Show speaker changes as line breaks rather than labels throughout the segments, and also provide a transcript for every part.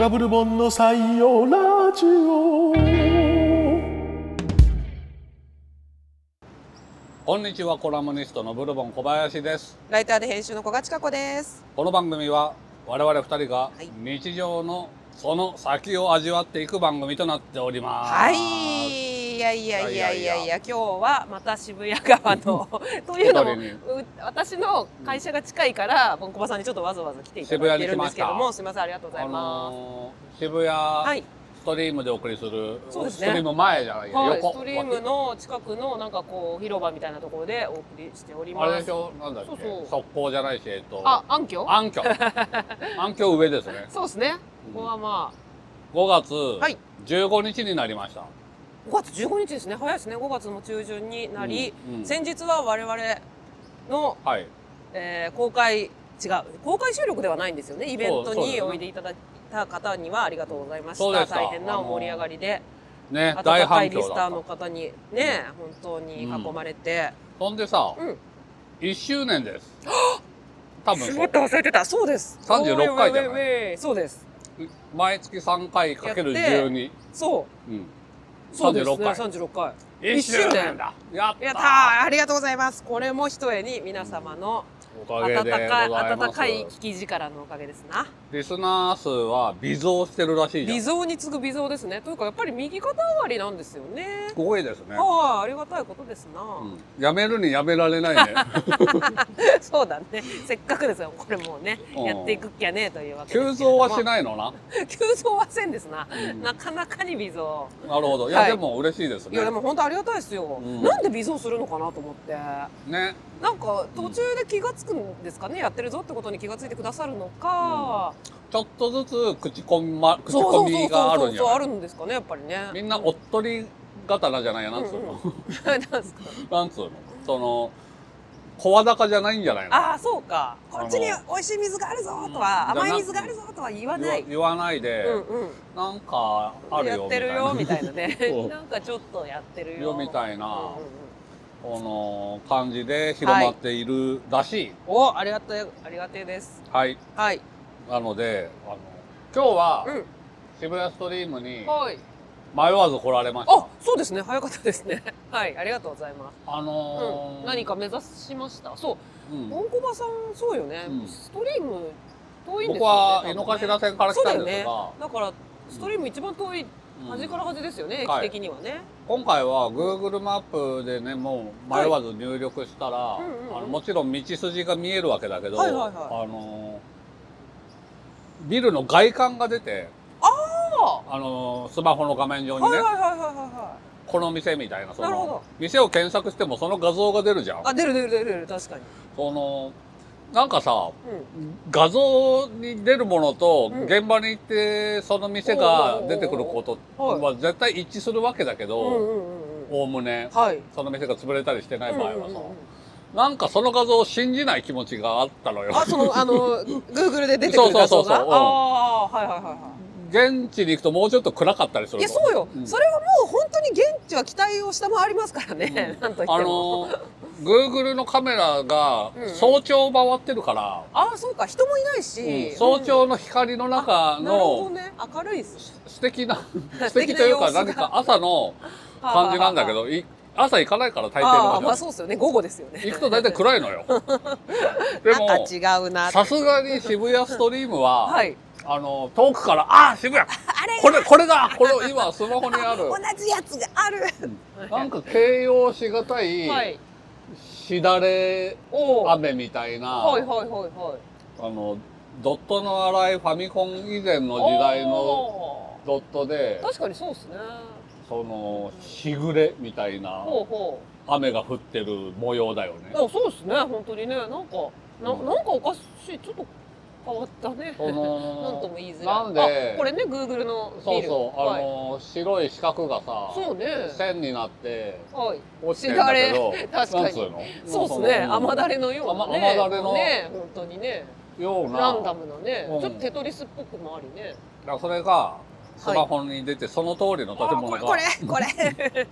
ダブルボンの採用ラジオ
こんにちはコラムニストのブルボン小林です
ライターで編集の小賀千佳子です。
この番組は我々二人が
い
日常のその先を味わっていく番組となっております
はい。いやいやいやいや
いやい
い
や
や、今日はまた渋谷川の、 というのも、
ゆとりに
う私の会社が近いから、ボンコバさんにちょっとわざわざ来ていただいてるんですけども、すみません、ありがとうござ
あ
いま
のー渋谷
す。はい。
ストリームでお送りする、
そうです
ス
ね
トリーム前じゃないや、
はい、
横
ストリームの近くのなんかこう広場みたいなところでお送りしており
あ
ます。
れでしょなんだっけ
そうそう
速攻じゃないしえっと
あ、暗渠
暗 渠暗渠上ですね
そうですね。
うん
ここはまあ、
5月
い
15日になりました、
5月15日ですね。早いですね。5月の中旬になり、
うんうん
先日は我々の
はい
えー公開違う公開収録ではないんですよねイベン
そう
ト
そうです
に
ね
おいでいただいた方にはありがとうございまし
そうで
た
した
大変なお盛り上がりで
ね大
温か
反
いリ
響
スタ
だ
ー
っ
の
た
方にね本当に囲まれて、
そんでさ、
うん
1周年です多分
し
そ
ま
う
った忘れてたそうです
36回じゃない
ウェイウェイウェイウェイそうです
毎月3回かける
やって
12、
そう
うん、
そうです
36
ね
回
36回
1周年だやったー
やったーありがとうございますこれも一重に皆様の
おかげで
温
ござ
かい
います
温かい聞き力のおかげですな
リスナー数は微増してるらしいじゃん
微増に次ぐ微増ですねというかやっぱり右肩上がりなんですよね
すごいですね、
はい、ありがたいことですな。
うん、やめるにやめられ ないね
そうだね。せっかくですよ。これもうね、
うん
やっていくっきゃねというわけですけれど
急
も。
増はしないのな、
い。急増はせんですな。
うん
なかなかに微増。
なるほどいや、
はい
でも嬉しいです
い
ね
やでも本当ありがたいですよ。
うん
なんで微増するのかなと思って。な
ね
んか途中で気がつくんですかね。やってるぞってことに気がついてくださるのか。
ちょっとずつ口コミ,、ま、口
そうそ
コ
うそう
ミがあ
そ
る
うん
じゃ
そうあ
ない
るんですかねやっぱりね。
みんなおっとり刀じゃないやなんつうの、
なんですか。
なんつうのその声高じゃないんじゃないの
ああそうか。こっちに
あ
美味しい水があるぞと
うん
は
じゃな
甘い水があるぞとは言
言わ
わない。
言わないで、
うんうん。
なんかあるよ
やっ
み
て
た
る
い
よ
な
みたいなね
そう
なんかちょっとやってるよ
よみたいな
うんうんうん
この感じで広まっているらしい
おありがたいありがてえです
はい、
はい
なのであの今日は
うん
渋谷ストリームに
はい
迷わず来られました、
あそうですね早かったですね はいありがとうございます、
あの
う
ー
ん、何か目指しましたそう
うん
本コバさんそうよね、
うん
ストリーム遠いんです
僕
よね
は井
多分ね
の頭線から来たん
そうだ
ですが
よね、だからストリーム一番遠い
うん
端から端ですよね、
はい
駅的にはね
今回は Google マップでねもう迷わず入力したら、
いうんうんうん
あのもちろん道筋が見えるわけだけど、
はいはいはい
あのービルの外観が出て
あ
あのースマホの画面上
あ
にね、
はいはいはいはいはいはい
この店みたいなそ
なるほど
の店を検索してもその画像が出るじゃん
あ出る出る出る出る確かに
そのなんかさ
うん
画像に出るものと
うん
現場に行ってその店が出てくること
おうおうおうおう
は絶対一致するわけだけ
うん
ど
うんうんうん
おおむね
はい
その店が潰れたりしてない場合は
うんうんうん
さなんかその画像を信じない気持ちがあったのよ
あ、その、あの、Google で出てくる画
そうそうそう
像が。
そううん
ああ、はいはいはいは
現地に行くともうちょっと暗かったりす
い。
る
いや、そうよ、
ん
それはもう本当に現地は期待を下回りますからね。なんといっても。
あの Google のカメラが
うんうん
早朝回ってるから
あーそうか、人もいないし。
うん早
うん
朝の光の中
なるほど
の
ね。明るいっす。
素敵 な素
素
敵
敵
と
な
い
様
う
子
か
が
何か朝の感じなんだけ
は
どい朝行かないから大抵
あはあはあ。あ
の
あ、まあそうですよね。午後ですよね。
行くと大体暗い のよでも
なんか違うな。
さすがに渋谷ストリームは、
はい。
あの遠くから「ああ渋谷
あれ
これこれだこれ今スマホにあ る
同じやつがある。
なんか形容しがたい、
はい。
しだれ
おお。はい
雨みたいな、
はいはいはい。
あのドットの荒いファミコン以前の時代の
お
ドットで
ー。確かにそうですね。
その日暮れみたいな
ほうほう。
雨が降ってる模様だよね
あそうですね本当にねなんかな
うん
なんかおかしいちょっと変わったね
その
なんとも言いづらい
なんで
あこれね Google の
そ
ビ
う
ル
そう、あ
はい、
の白い四角がさ
そうね
線になって
はい、
落ちてんだけど
しだれ確かに
なんつうの
そうですね雨だ
れ
れのようなね
雨雨だれの
ね本当にね
ような
ランダムなね、
うん
ちょっとテトリスっぽくもありね
だからそれがスマホに出てその通りの建物が、
これこれ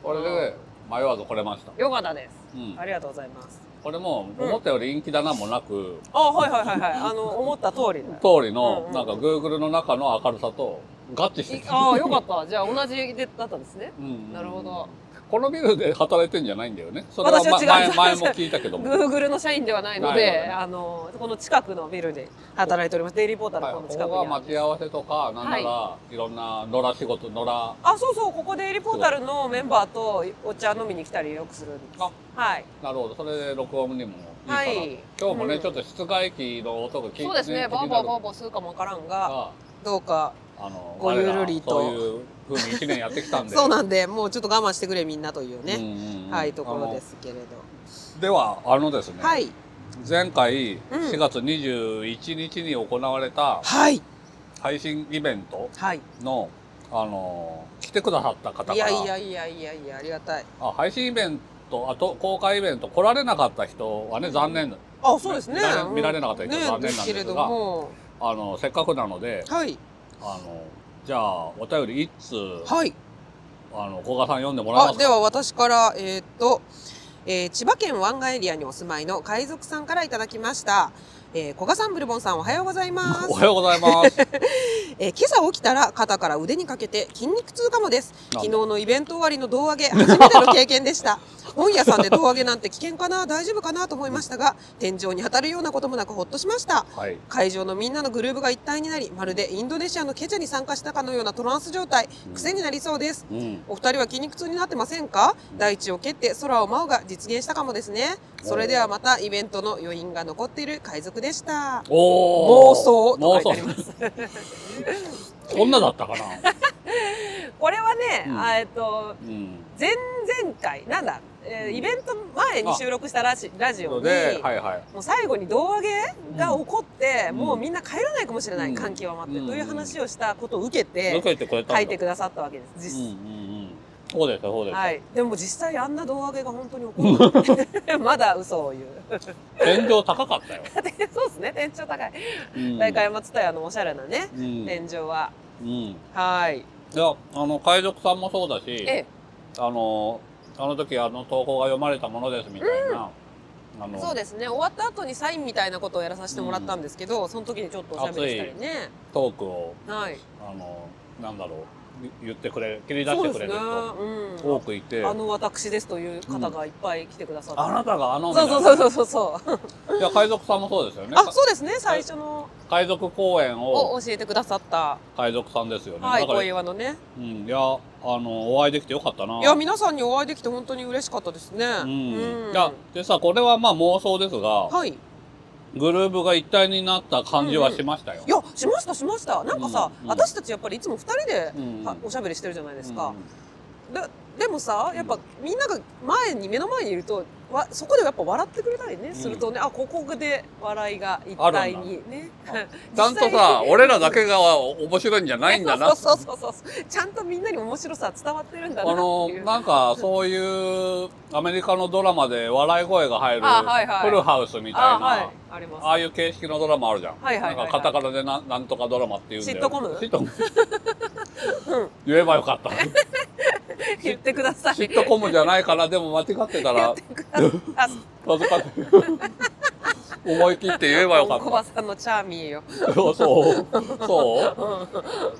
これで迷わず来れました、
よかったです
うん
ありがとうございます
これも思ったより陰気だなもなく、
あはいはいはいはいあの思った通りだよ
通りの、
うんうん
なんか Google の中の明るさと合致して
い
る。
ああよかったじゃあ同じでだったんですね
うん
なるほど。
このビルで働いてんじゃないんだよね。それは、
私は違う
ま前前も聞いたけども。
Google の社員ではないの
ないの
で
ね
あのこの近くのビルで働いておりますデイリーポータル
はい
この
こ
近く
こ
に
は
あ
待ち合わせとか、なんなら、い、ろんな野良仕事、野良、
あそうそうここデイリーポータルのメンバーとお茶飲みに来たりよくするんです
あ
はい
なるほど、それで録音にもいいから。
はい
今日もね、
うん
ちょっと室外機の音が聞いて、
そうですねバーバーバーバーするかもわからんが
が、
どうか
あの、
ごゆるりと
我らそういうふうに一年やってきたんで。
そうなんでもうちょっと我慢してくれみんなという
うん
ね
うんうん
はいところですけれ
あ
ど
のでは、あのですね、
はい
前回、
うん
4月21日に行われた
はい
配信イベント
はい
の、あの、来てくださった方から、
いやいやいやいやいやありがたい
あ配信イベント、あと公開イベント来られなかった人はね、残念だ。
あそうですね
見られ見られなかった
ね
人は残念なんですが
けれども
あの、せっかくなので、
はい
あの、じゃあ、お便り一通、
はい
あの、古賀さん読んでもらえます
あ
か
では私からえーっと、えー千葉県湾岸エリアにお住まいの海賊さんからいただきました、えー、小賀さんブルボンさんおはようございます
おはようございます。
えー今朝起きたら肩から腕にかけて筋肉痛かもです
なん
昨
だ
日のイベント終わりの胴上げ初めての経験でした 本屋さんで胴上げなんて危険かな大丈夫かなと思いましたが天井に当たるようなこともなくほっとしました
はい。
会場のみんなのグルーブが一体になりまるでインドネシアのケチャに参加したかのようなトランス状態
うん
癖になりそうです
うん。
お二人は筋肉痛になってませんか大地を蹴って空を舞うが実現したかもですねそれではまたイベントの余韻が残っている海賊でした
お
妄
ー
想と書
妄
いてあり
想
ます
そんなだったかな
これはね、
うん
あえっと
うん。
前々回なんだ、えー
うん
イベント前に収録したラジラジオ
の
に、
で、はいはい。
もう最後に胴上げが起こって、
うん
もうみんな帰らないかもしれない、
うん
感極まって、
うん
という話をしたことを受けて、
どこ行ってくれたんだ
書いてくださったわけです
うんうん
実、
うん。そうですよ、そうですよ。
はい、でも実際あんな胴上げが本当に起こ る まだ嘘を言う
天井高かったよ。
そうですね天井高い、
うん
大会山伝屋のおしゃれなね、
うん。
天井は
うん。
はい
いや、あの、海賊さんもそうだし、
ええ
あの、あの時あの投稿が読まれたものですみたいな、あの
そうですね終わった後にサインみたいなことをやらさせてもらったんですけど、その時にちょっとおしゃべりしたりね
トークを、
はい
あの、なんだろう、言言ってくれ、切り出してくれる人、
そう
多
ですね、
くいて、
うん、あ
あ
の私ですという方がいっぱい来てくださって、
なたがあの、みた
そ
いうな
そうそうそうそう
いや、海賊さんもそうですよね。
あそうですね最初の
海賊公演
を
を
教えてくださった
海賊さんですよね。
はい
だか
小
ら、
岩のね
うん、いや、あの、お会いできてよかったな。
いや皆さんにお会いできて本当に嬉しかったですね
う。
うんん
いや、でさ、これはまあ妄想ですが、
はいい
グルーブが一体になった感じはしましたよ。
やしましたしましたなんかさ、
うんうん
私たちやっぱりいつも二人で、
うん
はおしゃべりしてるじゃないです
う
か
ん、
ででもさやっ
う
ぱみんなが前に目の前にいるとわそこでやっぱ笑ってくれたりね、するとねあここで笑いが一体にね
ちゃんと
実際
さ、俺らだけが面白いんじゃないんだな。あ
そうそうそうそうちゃんとみんなに面白さ伝わってるんだなっ
の
てい、う
なんか、そういう、アメリカのドラマで笑い声が入る、
あはいは
フ
い
ルハウスみたいな、
あ
あ,、
はいあります
あいう形式のドラマあるじゃん。
はいはいはいはい
なんか、カタカナでななんとかドラマっていうんだよ。
シットコム
シットコム
うん
言えばよかった。
言ってください
シットコムじゃないから、でも間違ってたら、
あ
恥ずかしい。思い切って言えばよか
小
っ
バさんのチャーミーよ
た。そうそう。そ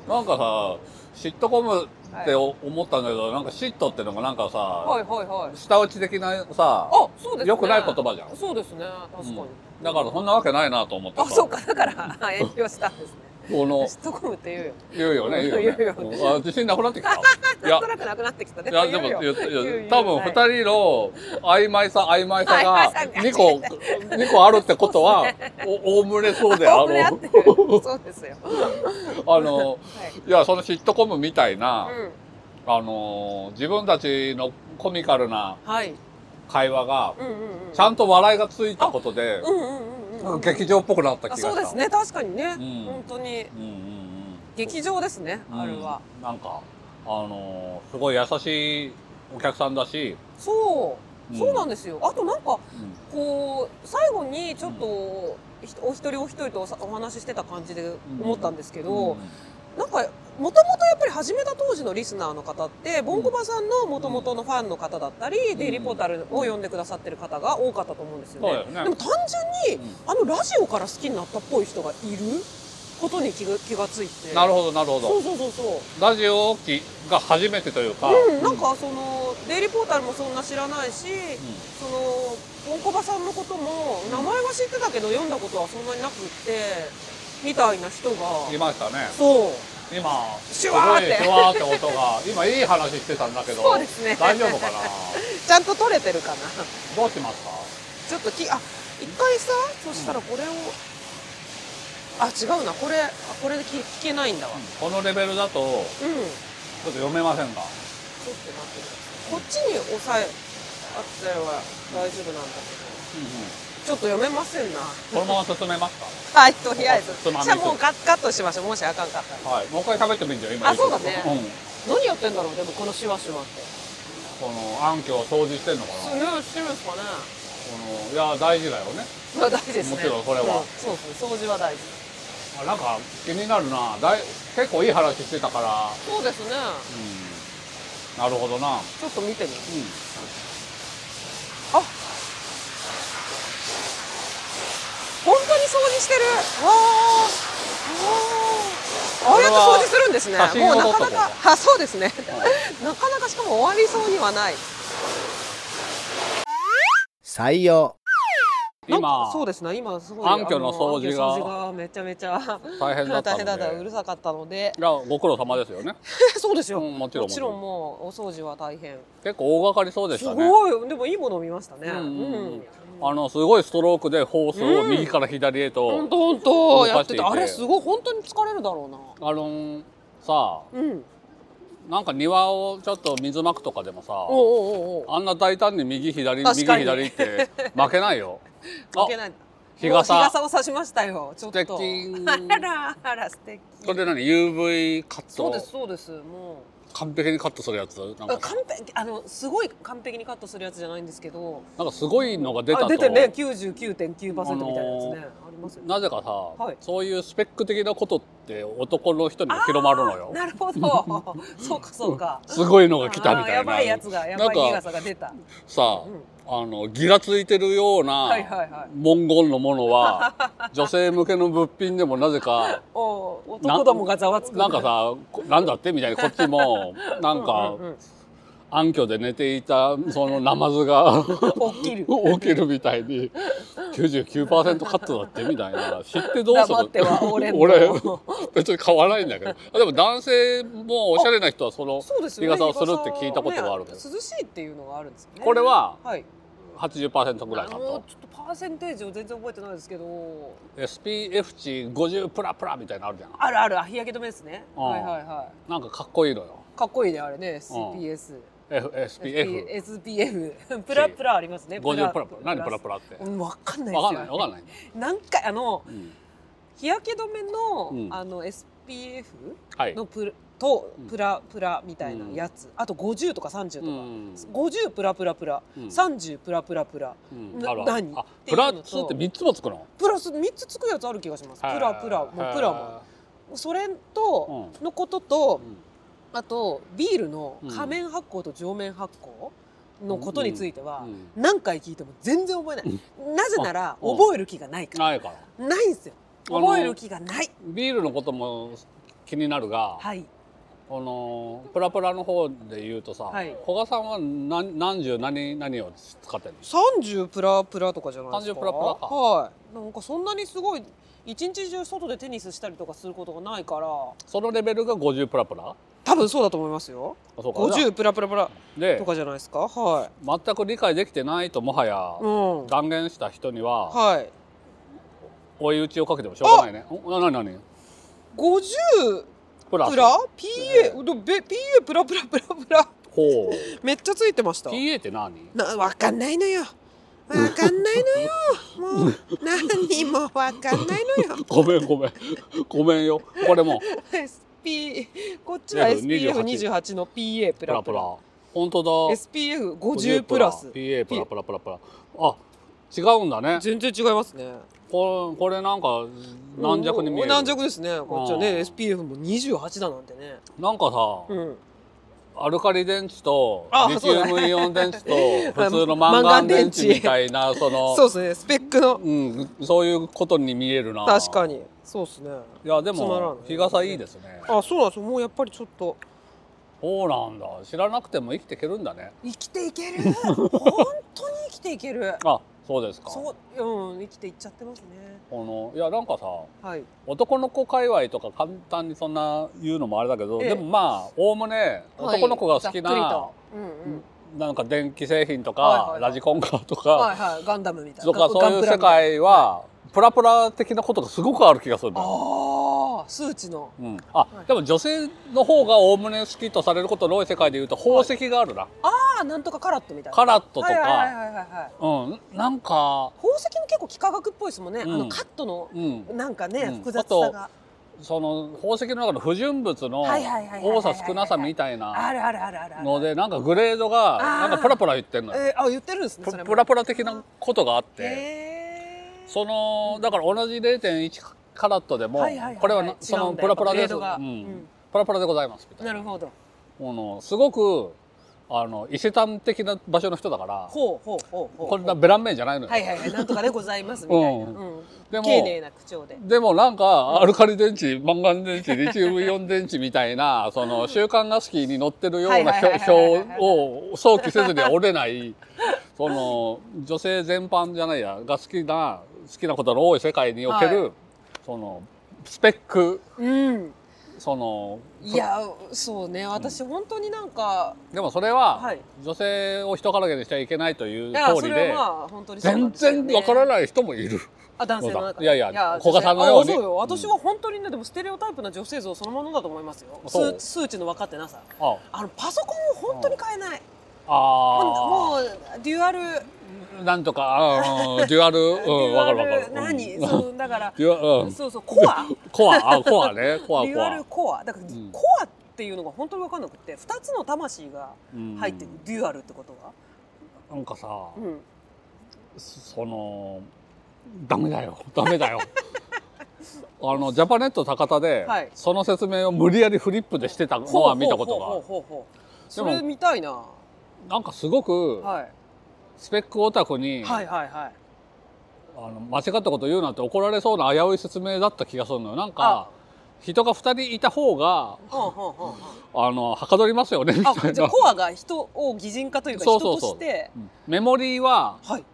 うなんかさ、シットコムってお思ったんだけど、なんかシットってのがなんかさ、
はいはいはい
下打ち的なさ、
あそうですね
良くない言葉じゃん
そうですね確かに、
だからそんなわけないなと思って
あ
さ
そうかだから あ遠慮したんですね
この
シットコムって言う
言うよ
よ
ね言うよね
言うよ
あ自信なくなってき たい
な
や
んとなくなくなってきたね
いやで
言う
も
よ
言って
言う言う
多分
はい
二人の曖昧さ曖昧さが
曖昧さが
2個二個あるってこと はおおおむねそうであ
おおむね合
ろ
っ
う
てるそうですよ。は
あの
い。
いやそのシットコムみたいな、
うん。
あの自分たちのコミカルな
はい。
会話が
うんうんうん。
ちゃんと笑いがついたことで、
うんうんうん
な
うんん。
か劇場っぽくなった気が
あ
した
そうですね確かにね、
うん
本当に
うんうんうん
劇場ですね、あれは。
うんなんかあのーすごい優しいお客さんだし、
そう、
うん
そうなんですよ。あとなんか
うん
こう最後にちょっと、ひお一人お一人とおお話ししてた感じで思ったんですけど、
うん
なんかもともとやっぱり始めた当時のリスナーの方って、ボンコバさんのもともとのファンの方だったり、デイリーポータルを読んでくださってる方が多かったと思うんですよね。
そうだよね
でも単純に、
うん
あのラジオから好きになったっぽい人がいることに気が気がついて。
なる
ほ
ほどなるほど
そうそうそうそう。
ラジオ機が初めてというか、
うん、なんかそのデイリーポータルもそんな知らないし、そのボンコバさんのことも名前は知ってたけど読んだことはそんなになくってみたいな人が
いましたね
そう
今
シ
す
ュ
ごい
ワーって
シュワーって音が今いい話してたんだけど
そうですね
大丈夫かな
ちゃんと取れてるかな
どうしますか
ちょっときあ一回さそしたらこれを、あ違うなこれあこれで聞聞けないんだわうん
このレベルだとちょ
ちょっと
っと読
待
めませんが
ってこっちに押さえあっちゃえば大丈夫なんだけどちょっと読めませんな
このまま進めますか
はい、とりあえず
つ。まみ
じゃあもうカカットしましょう。もしあかんかったら。
はい、もう一回喋ってもいいんじゃん今
あそうだね
うん、
何やってんだろう、でもこのシュワシュワって。
この暗渠を掃除してんのかなこ
ね、してるんですかね。
のいや大事だよね
まあ大事ですね。
もちろんこれは
うんそうそう、掃除は大事。
あなんか気になるなだい結構いい話してたから、
そうですね。
うん、なるほどな、うん、
ちょっと見てみる。あ。本当に掃除してる。わあ。わあ。ああやって掃除するんですね
これは写。真
も
を
う
撮
な
っとこ
か
う
なか、あ、そうですね。なかなかしかも終わりそうにはない。
採用
なん
今
かそうですね。今すごい
暗渠の掃除が
あの暗渠の掃除がめちゃめちゃ
大変だったので
大変だったうるさかったので
いやご苦労様ですよね
そうですよ、
うんもちろん
もちろんもうお掃除は大変
結構大掛かりそうでし
す
たね
ごいでもいいものを見ましたねう
うんんうんうん
うん
あのすごいストロークでホースを右から左へと、
ほんとほんとや
動か
っ
してていて
てあれすごい本当に疲れるだろ
あのーさ
うなうん
あなんか庭をちょっと水まくとかでもさ
おうおうおうおう
あんな大胆に右左右
確かに
左って負けない よ
負けない
日傘
もう日傘を差しましたよちょっと
素敵
あらあら素敵
それで何 UV カッ
そうで
ト
すそうですも
完璧にカットするやつなん
うあ
か
完璧あのすごい完璧にカットするやつじゃないんですけど
なんかすごいのが出た
あ
と
出てね99.9%みたいなやつね、
あの
ありますよね
なぜかさ、
はい
そういうスペック的なことって男の人にも広まるのよ
なるほど そうかそうか
すごいのが来たみたいな
あーやばいやつがやばい
な
苦
んか
さが出た
さ、
うん
あのギラついてるような
はいはいはい
文言のものは 女性向けの物品でもなぜか
おう男どもがざわつく
なんかさこなんだってみたいなこっち もなんか
うんうんうん
暗渠で寝ていたそのナマズが
起きる
起きるみたいに99%カットだってみたいな知ってどうする
黙っては俺 の
俺別に買わないんだけどあでも男性もおしゃれな人はその
そうです
日
よね
傘をするって聞いたことがあるけど
ね、涼しいっていうのがあるんですよね
これは
はい
80%ぐらいカッ
も
ト
うちょっとパーセンテージを全然覚えてないですけど
SPF 値50プラプラみたいなのあるじゃん
あるあるあ日焼け止めですね
うん
はいはいは
なんかかっこいいのよ
いかっこいいねあれね CPS、
F SPF
SPF プラプラありますね
50プラプラ何プラプ
ラ
ラって
うんわかんないですよ
わかんないわかんない、
何回あの
うん
日焼け止めの、
うん
あの SPF
はい
のプラと
うん
プラプラみたいなやつ、あと50とか30
う
とか、
ん
50プラプラプラ、
うん
30プラプラプラ
うん
な
あるある
何
あ
って
プ
いうの
ラ
と
スって3つもつくの
プラス3つつくやつある気がしますプラプラもうプラもそれと、
う
のことと
うん
あとビールの仮面発酵と上面発酵のことについては、
うん
何回聞いても全然覚えない、なぜなら
うん
覚える気がないから、
ないから
ないんですよ
あの
覚える気がない
ビールのことも気になるが、
はい
このプラプラの方で言うとさ、
はい
古賀さんは何何十何何を使ってるの
30プラプラとかじゃないですか
30プラプラか
はいなんかそんなにすごい一日中外でテニスしたりとかすることがないから
そのレベルが50プラプラあ
多分そうだと思いますよ
そうかじゃ
50プラプラプラ
あで
とかじゃないですかは
全く理解できてないともはや
いうん
断言した人には、
はい
追い打ちをかけてもしょうがないねおな何何
50
プラス
プ ラ
ええ
PA うどべ PA プラプラプラプラ
ほう
めっちゃついてました
PA って何
なわかんないのよわかんない のよもう何もわかんないのよ
ごめんごめんごめんよこれも
SP こっちは
SPF28
SPF28 の PA プ
プラ
ラプ
プ
ラ
ラ本当だ
SPF50 プラス
PA プラプラプラプラあ違うんだね
全然違いますね
これこれなんか軟弱に見える
軟弱ですねこっちは
うん
ね SPF も28だなんてね
なんかさ、
うん
アルカリ電池と
あ
リチ
そうだ
ウ
ね
ムイオン電池と
まあ
普通のマンガン電池
マンガン電池
みたいなその
そうですねスペックの
うん、そういうことに見えるな
確かにそうですね
いやで
つまらん
も日傘いいですね
あそうなんですよもうやっぱりちょっと
そうなんだ知らなくても生きていけるんだね
生きていけ る本当に生きていける
あそうですか
そううん生きていっちゃってますね
このいやなんかさ
はい
男の子界隈とか簡単にそんな言うのもあれだけど、
ええ
でもまあおおむね男の子が好きな、
はいざっくりとうんうん
なんか電気製品とか、
はいはいはい
ラジコンカーとか、
はいはいガンダムみたい
と
な
かそう
ガ
い
ン
う
プラ
世
みたいな
界はプラプラ的なことがすごくある気がするのよ
ああ数値の
うん、あ、でも女性の方がおおむね好きとされることの多い世界でいうと宝石があるな、
ああなんとかカラットみたいな
カラットとか、
はいはいはいはいはい
うんなんか
宝石も結構幾何学っぽいですもんね、
うん
あのカットの
うん
なんかね、
うん
複雑さが
その宝石の中の不純物の
はいはいはいはいはいはい
多さ少なさみたい
あ
な
るあるあるあるある
のでなんかグレードが
あ
な
ー
んかプラプラ言ってんのよ
えー、あ言ってるんですね
プ
それも
プラプラ的なことがあって
へー
そのだから同じ0.1カラットでも
はいはいはい
これはな
違うんだ
そのプラプラ
や
です
っぱグレードが
う
うんん
プラプラでございますみたい
な
な
るほど
このすごくあの伊勢丹的な場所の人だから
ほうほうほうほう
こんなベランメンじゃないのよ、
はいはいはいなんとかでございますみたいな、
う
うんん
でも
丁寧な口調で
でもなんかアルカリ電池マンガン電池リチウムイオン電池みたい なその週刊ガスキーに載ってるような
はいはいはい
表表を想起せずには折れないその女性全般じゃないやが好きな好きなことの多い世界における、
は
そのスペック
うん
その
いやそうね私本当になんか、
でもそれは、
はい
女性を人からげにしちゃいけないという
いや
通
そ
り
れ
で。
はまあ本当にそうな
全
んですよね
然わからない人もいる。
あ男性の中で
いやいや古賀さんのように
あそうよ私
う
は本当にねでもステレオタイプな女性像そのものだと思いますよ
そう
数数値の分かってなさ
あ、
あのパソコンを本当に買えないも
あ
うもうデュアル
あ、なんとか、うん、デュアル、
デ
うん、わ
ュ
かるわ
ア
か
ル
る。
何
うん
そのだから
いや、うん、
そうそうコア
コア、あ、コア ね、コア、
デ
コ
ュアル
ア。
コアだから
ん
コアっていうのが本当に分かんなくて2つの魂が入ってる
うん
デュアルってことは
なんかさ、
うん
その、ダメだよ、 ダメだよ。あのジャパネット高田で、
はい
その説明を無理やりフリップでしてたのは見たことがあ
ほう
る
ほうほうほう
で
そ
も
れ見たいなは
なんかすごく
いは
スペックオタクに、
いは いはい
あの間違ったこと言うなんて怒られそうな危うい説明だった気がするのよなんか人が2人いた方が
うんうんうんうん
あのはかどりますよねみた
あ
い
じゃあ
な
コアが人を擬人化というか
そう
人
そう
と
そう
して
うんメモリーは
はい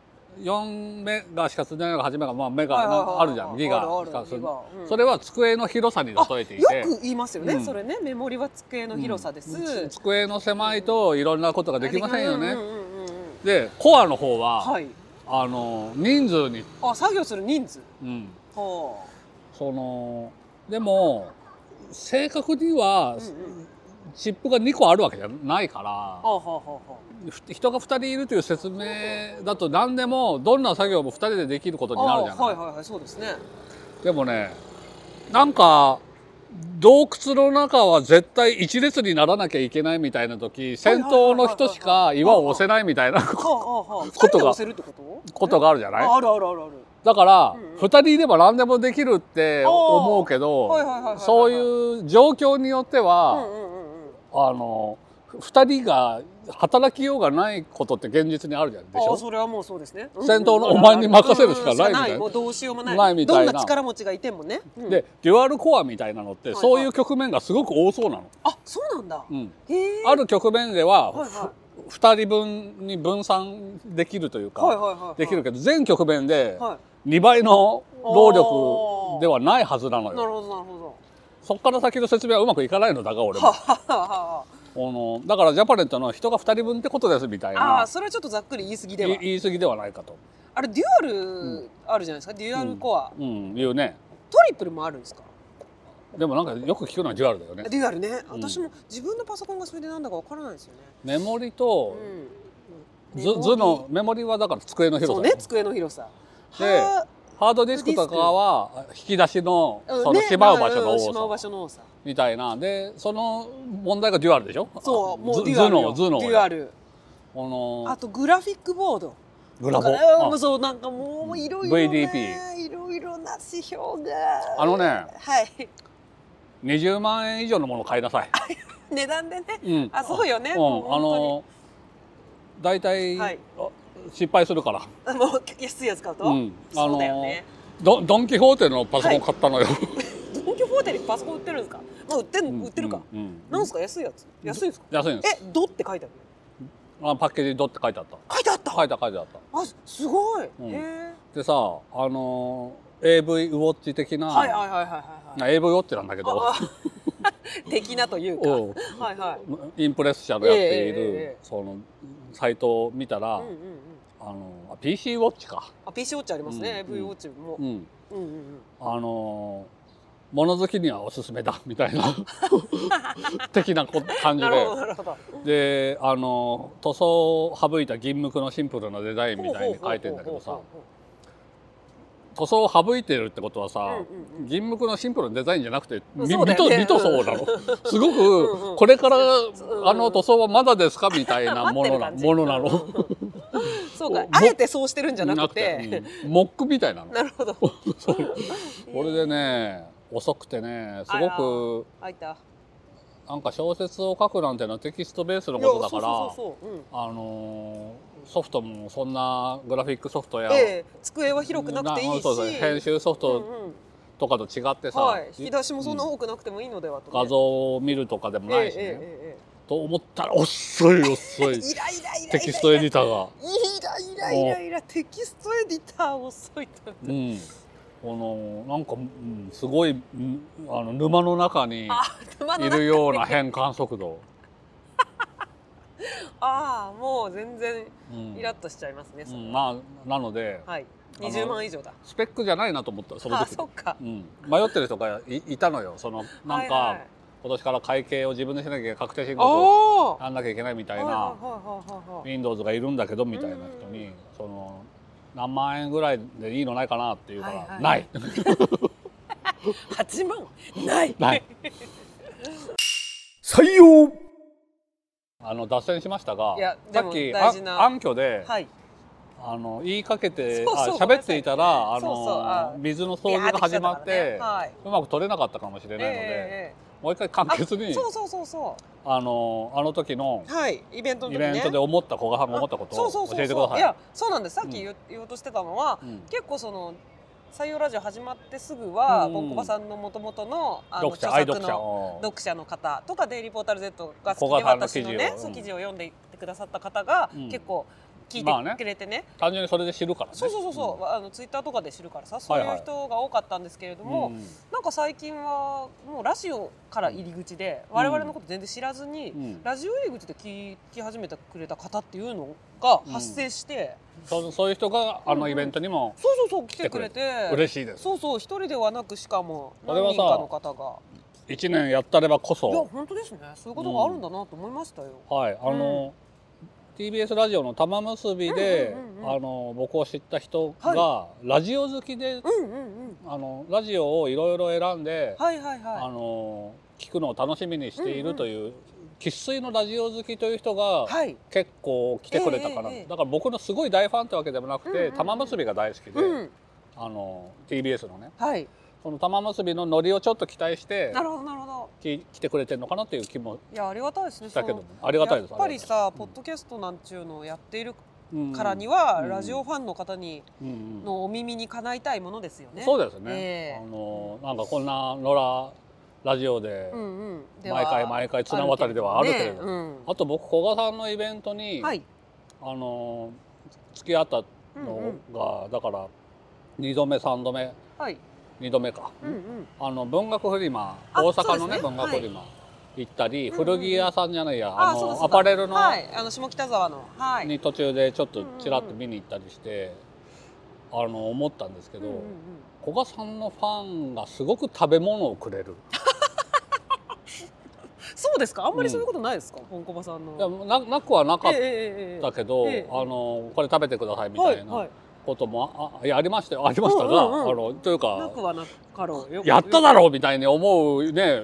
4メガしか積んでないのが8メガ、まあ、メ
はいはいはいはい
ガあるじゃんギガ
あ
し
るあ
か
る
積ん
ギガうん
それは机の広さに例えてい
あ
て
よく言いますよね、
うん
それねメモリは机の広さです、
うん机の狭いといろんなことができませんよ
う
ね
ううんうんうん
でコアの方は、
はい
あの人数に、
あ作業する人数
うん、
は
そのでも正確には
あ、うんうん、
チップが2個あるわけじゃないか
はあ
ら
はあはあは
ふ人が2人いるという説明だと何でもどんな作業も2人でできることになるじゃ
あ
な
はい
い、
はいはいそうです ね
でもねなんか洞窟の中は絶対一列にならなきゃいけないみたいな時先頭の人しか岩を押せないみたいな
はあはあはあ二
ことが
人で押せるってこと
ことがあるじゃない
ああるあるあるある
だから
うんうん
2人いれば何でもできるって思うけ
はいはいはいはい
ど
はい
そういう状況によっては、
うんうんうんうん
あの2人が働きようがないことって現実にあるじゃんでし
あ
ょ
あそれはもうそうですね
先頭の
うんうん
お前に任せるしかないみたいな
うんうんしかもうどうしようもない
ないみたいな
どんな力持ちがいてもね、うん
でデュアルコアみたいなのって
はいはい
そういう局面がすごく多そうなの、
あそうなんだ、
うん
へえ
ある局面では、
はいは
2人分に分散できるというか、
はいはいはいはい
できるけど全局面で
は
2倍の労力ではないはずなの
いなる
よ
ほどなるほど
そこから先の説明はうまくいかないのだが俺
は
も
ははは
このだからジャパネットの人が2人分ってことですみたい
あ
な
あそれはちょっとざっくり言い過ぎで
い
は
言い過ぎではないかと、
あれデュアルあるじゃないですかデュアルコア、
うん、いうね
トリプルもあるんですか
でもなんかよく聞くのはデュアルだよね
デュアルね
うん
私も自分のパソコンがそれでなんだかわからないですよ
メ
ね、
モリと
うん
図図のメモリはだから机の
そ
広
うね
さ、
机の広さ
で
は
ハードディスクとかは引き出しの
うん
その
ね
しまう場所の
んしまう
多
場
さ
所の多さ
みたいなでその問題がデュアルでしょ
そうもう
図
デュアルよ
図の図の
デュアル
こ
あ
の
とグラフィックボード
グラボ
これはもう
あ
そうなんかもういろいろね
VDP
いろいろな指標が
あのね
はい
20万円以上のものを買いなさい、
値段でね
うん、
あそうよね、
うん、
もう
あ
本
の大体、
はい
あ失敗するから、
当にもう安いやつ買うと、
うんあ
そう
の
だよね
ドドン・キホーテのパソコン買ったのよ、
ドン・キホーテにパソコン売ってるんですか、まあ、売ってん
うん
売ってるか、
うんうん
なんすか安いやつ安いんですか
安いんです
えドって書いてある
あパッケージにドって書いてあった
書いてあった、
書いてあった書いてあった
あすごい、
うん
へえ
でさあのー AV ウォッチ的な、
はいはいはいはいはいはい
AV ウォッチなんだけど
ああ 的なというか
うん
はいはい
インプレッシャーのやってい
えええええ
る
え
そのサイトを見たら、
うんうんうん
あのあ PC ウォッチか、
あ PC ウォッチありますね、
うんうん
AV ウォッチも
う、ん、
うんうんうん、
あのー物好きにはおすすめだみたい な的なこ感じ
なるほどなるほど
でであのー塗装を省いた銀幕のシンプルなデザインみたいに書いてんだけどさ
ほうほうほうほうほう
塗装を省いてるってことはさ、
うんうんうん
銀幕のシンプルなデザインじゃなくてみ
そうだ
見
よ
と
ね
見塗装 なのすご
うんう
く
ん
これから
うん
あの塗装はまだですかみたいなものな
待って
も
る感
の
じ
なの。
そうか
も
あえてそうしてるんじゃなく
なく
て、
うんモックみたいなの
なるほど
そうこれでね遅くてねすごく
開いた
なんか小説を書くなんてのはテキストベースの
い
こ
や
とだから
そうそうそうそう、うん
あのーソフトもそんなグラフィックソフトや、
ええ机は広くなくていいし
そうそう編集ソフ
うん
ト
うん
とかと違ってさ、
はい、引き出しもそんな多くなくてもいいのではと、ね
画像を見るとかでもないしね、
えええ
と思ったら遅い遅
え
い
ええ イライライライラ
テキストエディターが。
イライライライラテキストエディター遅い と
うんこのなんか、うんすごい、うんあの沼の中に
あ頭の
い
中
るような変換速度、
ああもう全然
うん
イラッとしちゃいますね、
う
それ
ん、
は
まあなので、
はい
あの
20万以上だ
スペックじゃないなと思ったその
ああ
時
そっか
うん、迷ってる人がいいたのよそのなんか、
はいはい
今年から会計を自分でしなきゃ確定申告を
おー
やんなきゃいけないみたい
はいはい
な
はいはいはい
Windows がいるんだけどみたいな人に、その何万円ぐらいでいいのないかなっていうから、
はいはい
ない
8万ない
ない
採用
あの脱線しましたが
いや
さ
で
っ
も
き
大事な
あ暗挙で、
はい
あの言いかけて
そうそう
あ喋っていたらあの
そうそうあ
水の掃除が始まって
ビャーってきちゃったからねはいう
まく取れなかったかもしれ
え
ないので、
ええ
もう一回簡
えあ
潔に
そうそうそうそ
あのあの時の
うはいイベントの
イ
時ね
ベントで思った古賀さんが思ったこと
そうそう
を
そ
教
う
えてください。
いやそうなんですさっき言,、う言おうとしてたのは、
うん
結構その採用ラジオ始まってすぐは、
うん
ボンコバさんのもともとのあの
読者愛読者
の
を
読者の方とかデイリーポータル Z が
古
好き
賀
で
さんの
私のね
記事を
そう
うん
記事を読んでいってくださった方が、
うん
結構聞
まあ
い
ね
てくれてね,、
単純にそれで知るからね。
そうそうそうそう、あのツイッターとかで知るからさそうい
はいは
う
い
人が多かったんですけれど
うん
も、
うん
なんか最近はもうラジオから入り口で我々のこと全然知らずに、
うん
ラジオ入り口で聞き始めてくれた方っていうのが発生して、
そうそういう人があのイベントにも
そうそうそう来てくれて
嬉しいです。
そうそう一人ではなくしかも
これ
何
は
人
さ
かの方が
一年やったればこ
いや
そ、
本当ですねそういうことがあるんだなと思いましたよ、
はいあの、TBS ラジオの玉結びで、
うんうんうんうん
あの僕を知った人が、
は
ラジオ好きで、
うん、うんうん
あのラジオをいろいろ選んで、
はいはい
あ
は
の聞くのを楽しみにしてい
うんう
る
ん
という生粋、のラジオ好きという人が。
いはい
結構来てくれたから、
ええええ
だから僕のすごい大ファンってわけでもなくて、
うんうんうん
玉結びが大好きで、
うん
あの TBS のね
はい
その玉結びのノリをちょっと期待して
なるほどなるほど
き来てくれてるのかなっていう気も
いやありがたいですね
したけど
そ
も
の
ありがたいです
やっぱりさ、ポッ
ト
ドキャストなんちゅうのをやっているからには、ラジオファンの方にのお耳にかないたいものですよね。
そう
う
ですね、
ええ
あのなんかこんな野良ラジオで、
んうん、では
毎回毎回綱渡りではあるけれど、
ね
あと僕古賀さんのイベント
う
に、
ん、はい、
あの付き合ったのが、だから2度目3度目
はい、
2度目か、
うんうん、
あの文学フリマ
あ
大阪のね
そうですね
文学フリマ、行ったり
うんうんうん
古着屋さんじゃないや、あ
そうだ
の
そ
ア
うだ
パレルの、
はい、あの下北沢の、はい、
に途中でちょっとちらっと見に行ったりして、あの思ったんですけ
うん
ど、
うんうん、
古賀さんのファンがすごく食べ物をくれる、
そうですか、あんまりそういうことないですか、本駒さんの。
いやななくはなかっ
ええええええ
たけど、
ええ
あのこれ食べてくださいみた
はいい
な、
はい、
こともああいやありましたよありましたが、
うんうんうん
あのという
な
か
くはなかろうよ
やっただろうみたいに思うね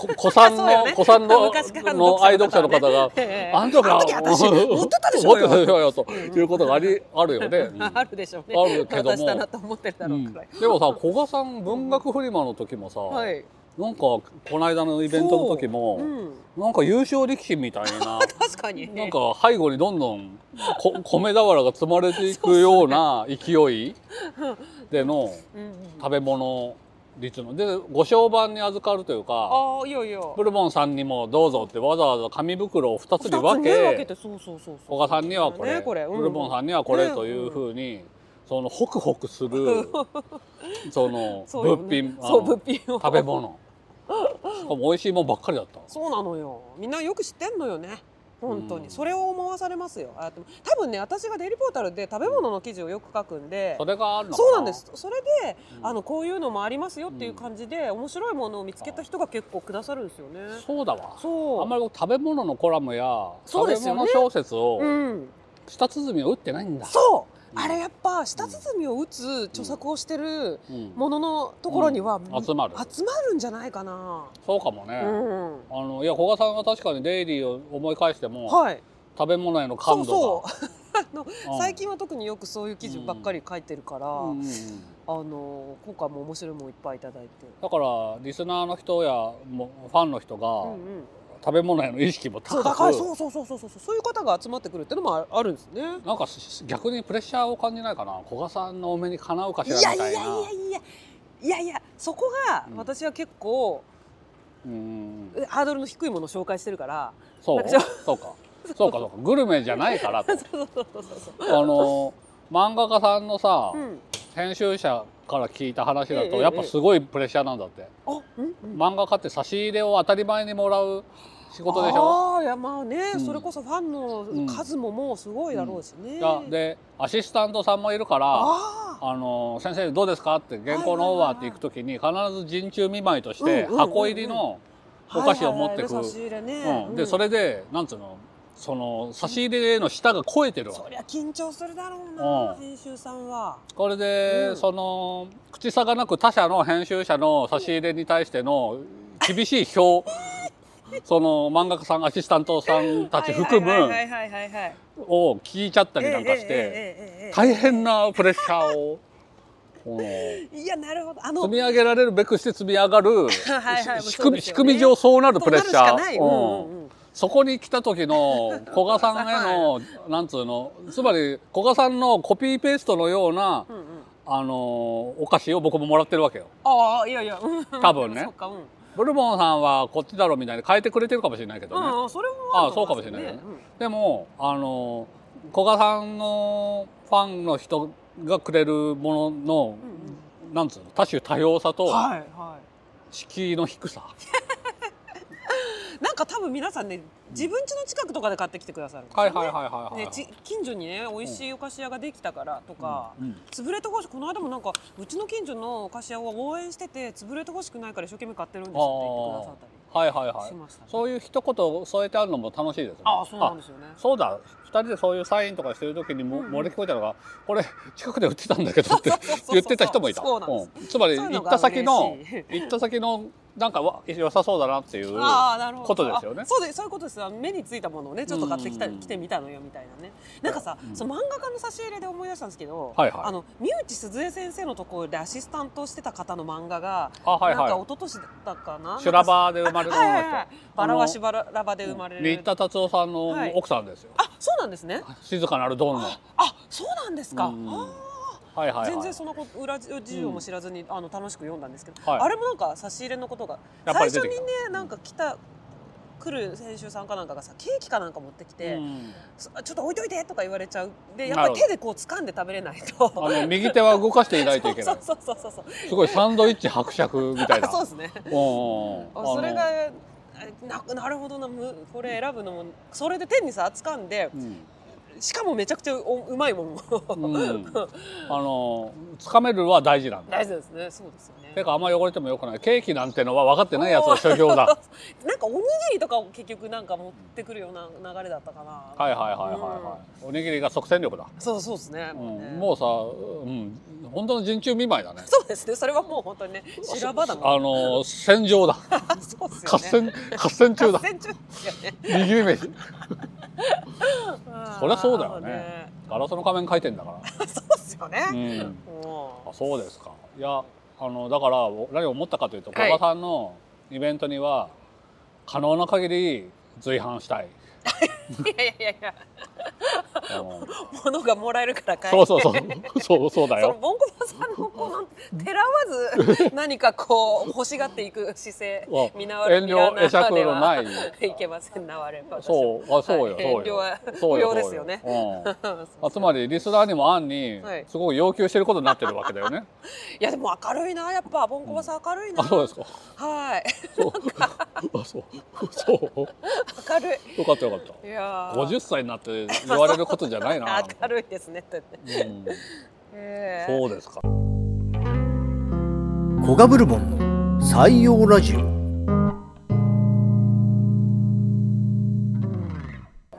こ子さん
そうよ
の
ね
子さんの
昔からの
の愛読者の方が
ええ
あん時は
あの時私持ってたでしょ
持っ
うよ
てたでしょうよということがありあるよね。うん
あるでしょうね
あるけども
私だなと思ってるだろうからい、
でもさ古賀さん文学フリマの時もさ、
はい
なんかこの間のイベントの時も、
うん、
なんか優勝力士みたい な
確かに
なんか背後にどんどんこ米俵が積まれていくような勢いでの
うんうん
食べ物率のでご商売に預かるというか
ああいやいや
ブルボンさんにもどうぞってわざわざ紙袋を2つに分
二つね分
け
けてそうそうそうそう
古賀さんにはこれ,、
ねこれうん
ブルボンさんにはこれというふうに、そのホクホクするその
そうよ
物
ね
品あの
そう物品を
食べ物しかも美味しいもんばっかりだった。
そうなのよみんなよく知ってんのよね本当に、
うん
それを思わされますよああやって多分ね私がデイリーポータルで食べ物の記事をよく書くんで
それがあるのか
そうなんですそれで、
うん
あのこういうのもありますよっていう感じで、面白いものを見つけた人が結構くださるんですよね
そうだわ
そう
あんまり僕食べ物のコラムや、
そ
食
うで
べ
すよね
物小説を
うん
舌鼓を打ってないんだ、
そう、
うん
あれやっぱ舌鼓を打つ著作をしてる
うん
もののところには、
うん集まる
集まるんじゃないかな、
そうかもね、
うん
あのいや古賀さんは確かにデイリーを思い返しても、
はい
食べ物への
そう
感度
そ
が
うあの
うん
最近は特によくそういう記事ばっかり書いてるから、
うんうんうん
あの今回も面白いもんいっぱいいただいて。
だからリスナーの人やもファンの人
うん
が
うん、
食べ物への意識も
そう
高
だから
く
そうそうそうそうそうそういう方が集まってくるってのもああるんですね。
なんかし逆にプレッシャーを感じないかな古賀さんのお目にかなうかし
い
ら
や
みた
い
いな
やいやいやいやいやそこが
うん
私は結構、
うん
えハードルの低いものを紹介してるから。
そう
なんか
そうかそうかそうか グルメじゃないからと
そうそうそうそう
あの漫画家さんのさ、
うん。
編集者から聞いた話だ
ええ
と、
ええ
やっぱすごいプレッシャーなんだって、
あ、うんうん。
漫画家って差し入れを当たり前にもらう仕事でしょ
ああいやまあね、
うん
それこそファンの数ももうすごいだろうしね。
いやでアシスタントさんもいるから
ああ。
あの先生どうですかって原稿のオーバーって行く時に必ず陣中見舞いとして
うんうんうんうん
箱入りのお菓子を持ってく
はいはいはい差し入れね。
うんでそれでなんつうのその差し入れの下が超えてるわ
そ
け
りゃ緊張するだろうな、
うん
編集さんは。
これで、
うん
その口差がなく他社の編集者の差し入れに対しての厳しい 表その漫画家さんアシスタントさんたち含む
はいはいはいはいはいはい。
を聞いちゃったりなんかし
ええ
て
ええええええ
大変なプレッシャー をこの
いやなるほどあの
積み上げられるべくして積み上がる
はいはい
し仕
そ
組み
うですよね
仕組み上そうなるプレッシ
そ
ャ
うなるしかない
ー。
うん
うん
うんうん
そこに来た時の古賀さんへ のなんつうのつまり古賀さんのコピーペーストのような、
うんうん
あのお菓子を僕ももらってるわけよ。
ああいやいやうん
多分ね
そうかうん
ブルボンさんはこっちだろみたいに変えてくれてるかもしれないけどね、
うんうんそれもると思ます
あそうかもしれないよねでもあの古賀さんのファンの人がくれるものの
う、んうん
なんつうの多種多様さと
はいは
敷居の低さ、
いなんか多分皆さんね自分家の近くとかで買ってきてくださるんですよ
は
ね
いはいはいはいはい、
ねち近所にね美味しいお菓子屋ができたからとか
うんうん
潰れてほしくこの間もなんかうちの近所のお菓子屋を応援してて潰れてほしくないから一生懸命買ってるんですって言ってくださったり
はいはいは
しま
い
したね
そういう一言を添えてあるのも楽しいですね
ああそうなんですよね
そうだ2人でそういうサインとかしてる時にも、
うん
漏れ聞こえたのが「これ近くで売ってたんだけど」って
そうそうそうそう
言ってた人もいた
そうなん
うんつまり
そうい
行
うの
っ
が
た先の
嬉し
行った先のなんかわ良さそうだなっていう
ああなるほど
ことですよね
あそうでそういうことですあの目についたものをねちょっと買ってきた
うんうんうん
来てみたのよみたいなねなんかさ、
うん
その漫画家の差し入れで思い出したんですけど、
はいはい
あの三内鈴江先生のところでアシスタントをしてた方の漫画が、
あはい
なんか
は
一昨年だったかななん
い
か
修羅場で生まれた
はいはい
女
は
の
い
人
バラはしばらばで生まれ
新
る
田達夫さんの
はい
奥さんですよ、
あそうなんですね
静かなるドンの
ああそうなんですか、
うん
あ
はいはい
全
はい
然そのこと裏事情も知らずに、あの楽しく読んだんですけど、
はい
あれもなんか差し入れのことが
やっぱ
最
り
初
出て
に
き
ね
た
なんか来た来る選手さんかなんかがさケーキかなんか持ってきて、
うん
そちょっと置いといてとか言われちゃうでやっ
な
ぱ
る
り
ほど
手でこう掴んで食べれないと
あの右手は動かしていないといけない
そ
う
そうそうそうそう
すごいサンドイッチ伯爵みたいな
あそうですね
うんうんうん
あ
あの
それがななるほどなむこれ選ぶのもそれで手にさ掴んで
うん
しかもめちゃくちゃおうまいも ん
うん、あのつかめるは大事なんだ
大事ですねそうですよ
て
ね
かあんま汚れてもよくないケーキなんてのは分かってないやつは所業だ
なんかおにぎりとかを結局なんか持ってくるような流れだったかな
はいはいはいはいはい、おにぎりが即戦力だ、
そうそうですね,、
う
もうね
ん、もうさ、うん、本当の人中見舞いだね
そうですねそれはもう本当にね修羅場だもん
あの戦場だ
そうですよね
合戦合戦中だ
合戦中ですよね
右イメージ
そ
そりゃそうだよねガラスの仮面描いてんだか
そうですよね、
ら、うん、
もう
あそうですかいやあのだからお何を思ったかというと馬
はい
場さんのイベントには可能な限り随伴した い、
いやいやいやいや
あの
物がもらえるから買い
そうそうそうそうそうだ
その
よ
ボンコバさんのこのてらわず何かこう欲しがっていく姿勢
わ
見習われ
遠慮会釈
で
のない
いけませんなわれば
そうあそうよ、
はい
そう
遠慮
よ
は
そうよ
不要ですよね
そうようんあつ
り
まりリスナーにも案に
はい
すごく要求してることになってるわけだよね。
いやでも明るいなやっぱボンコバさん明るいな、
あそうですか。
はい
そう。あそう。そう。
明る
よかったよかった。
いいやー
50歳になって言われることじゃないな。
明るいですねってね、
うん、
えー
そうですか。
コガブルボンの採用ラジオ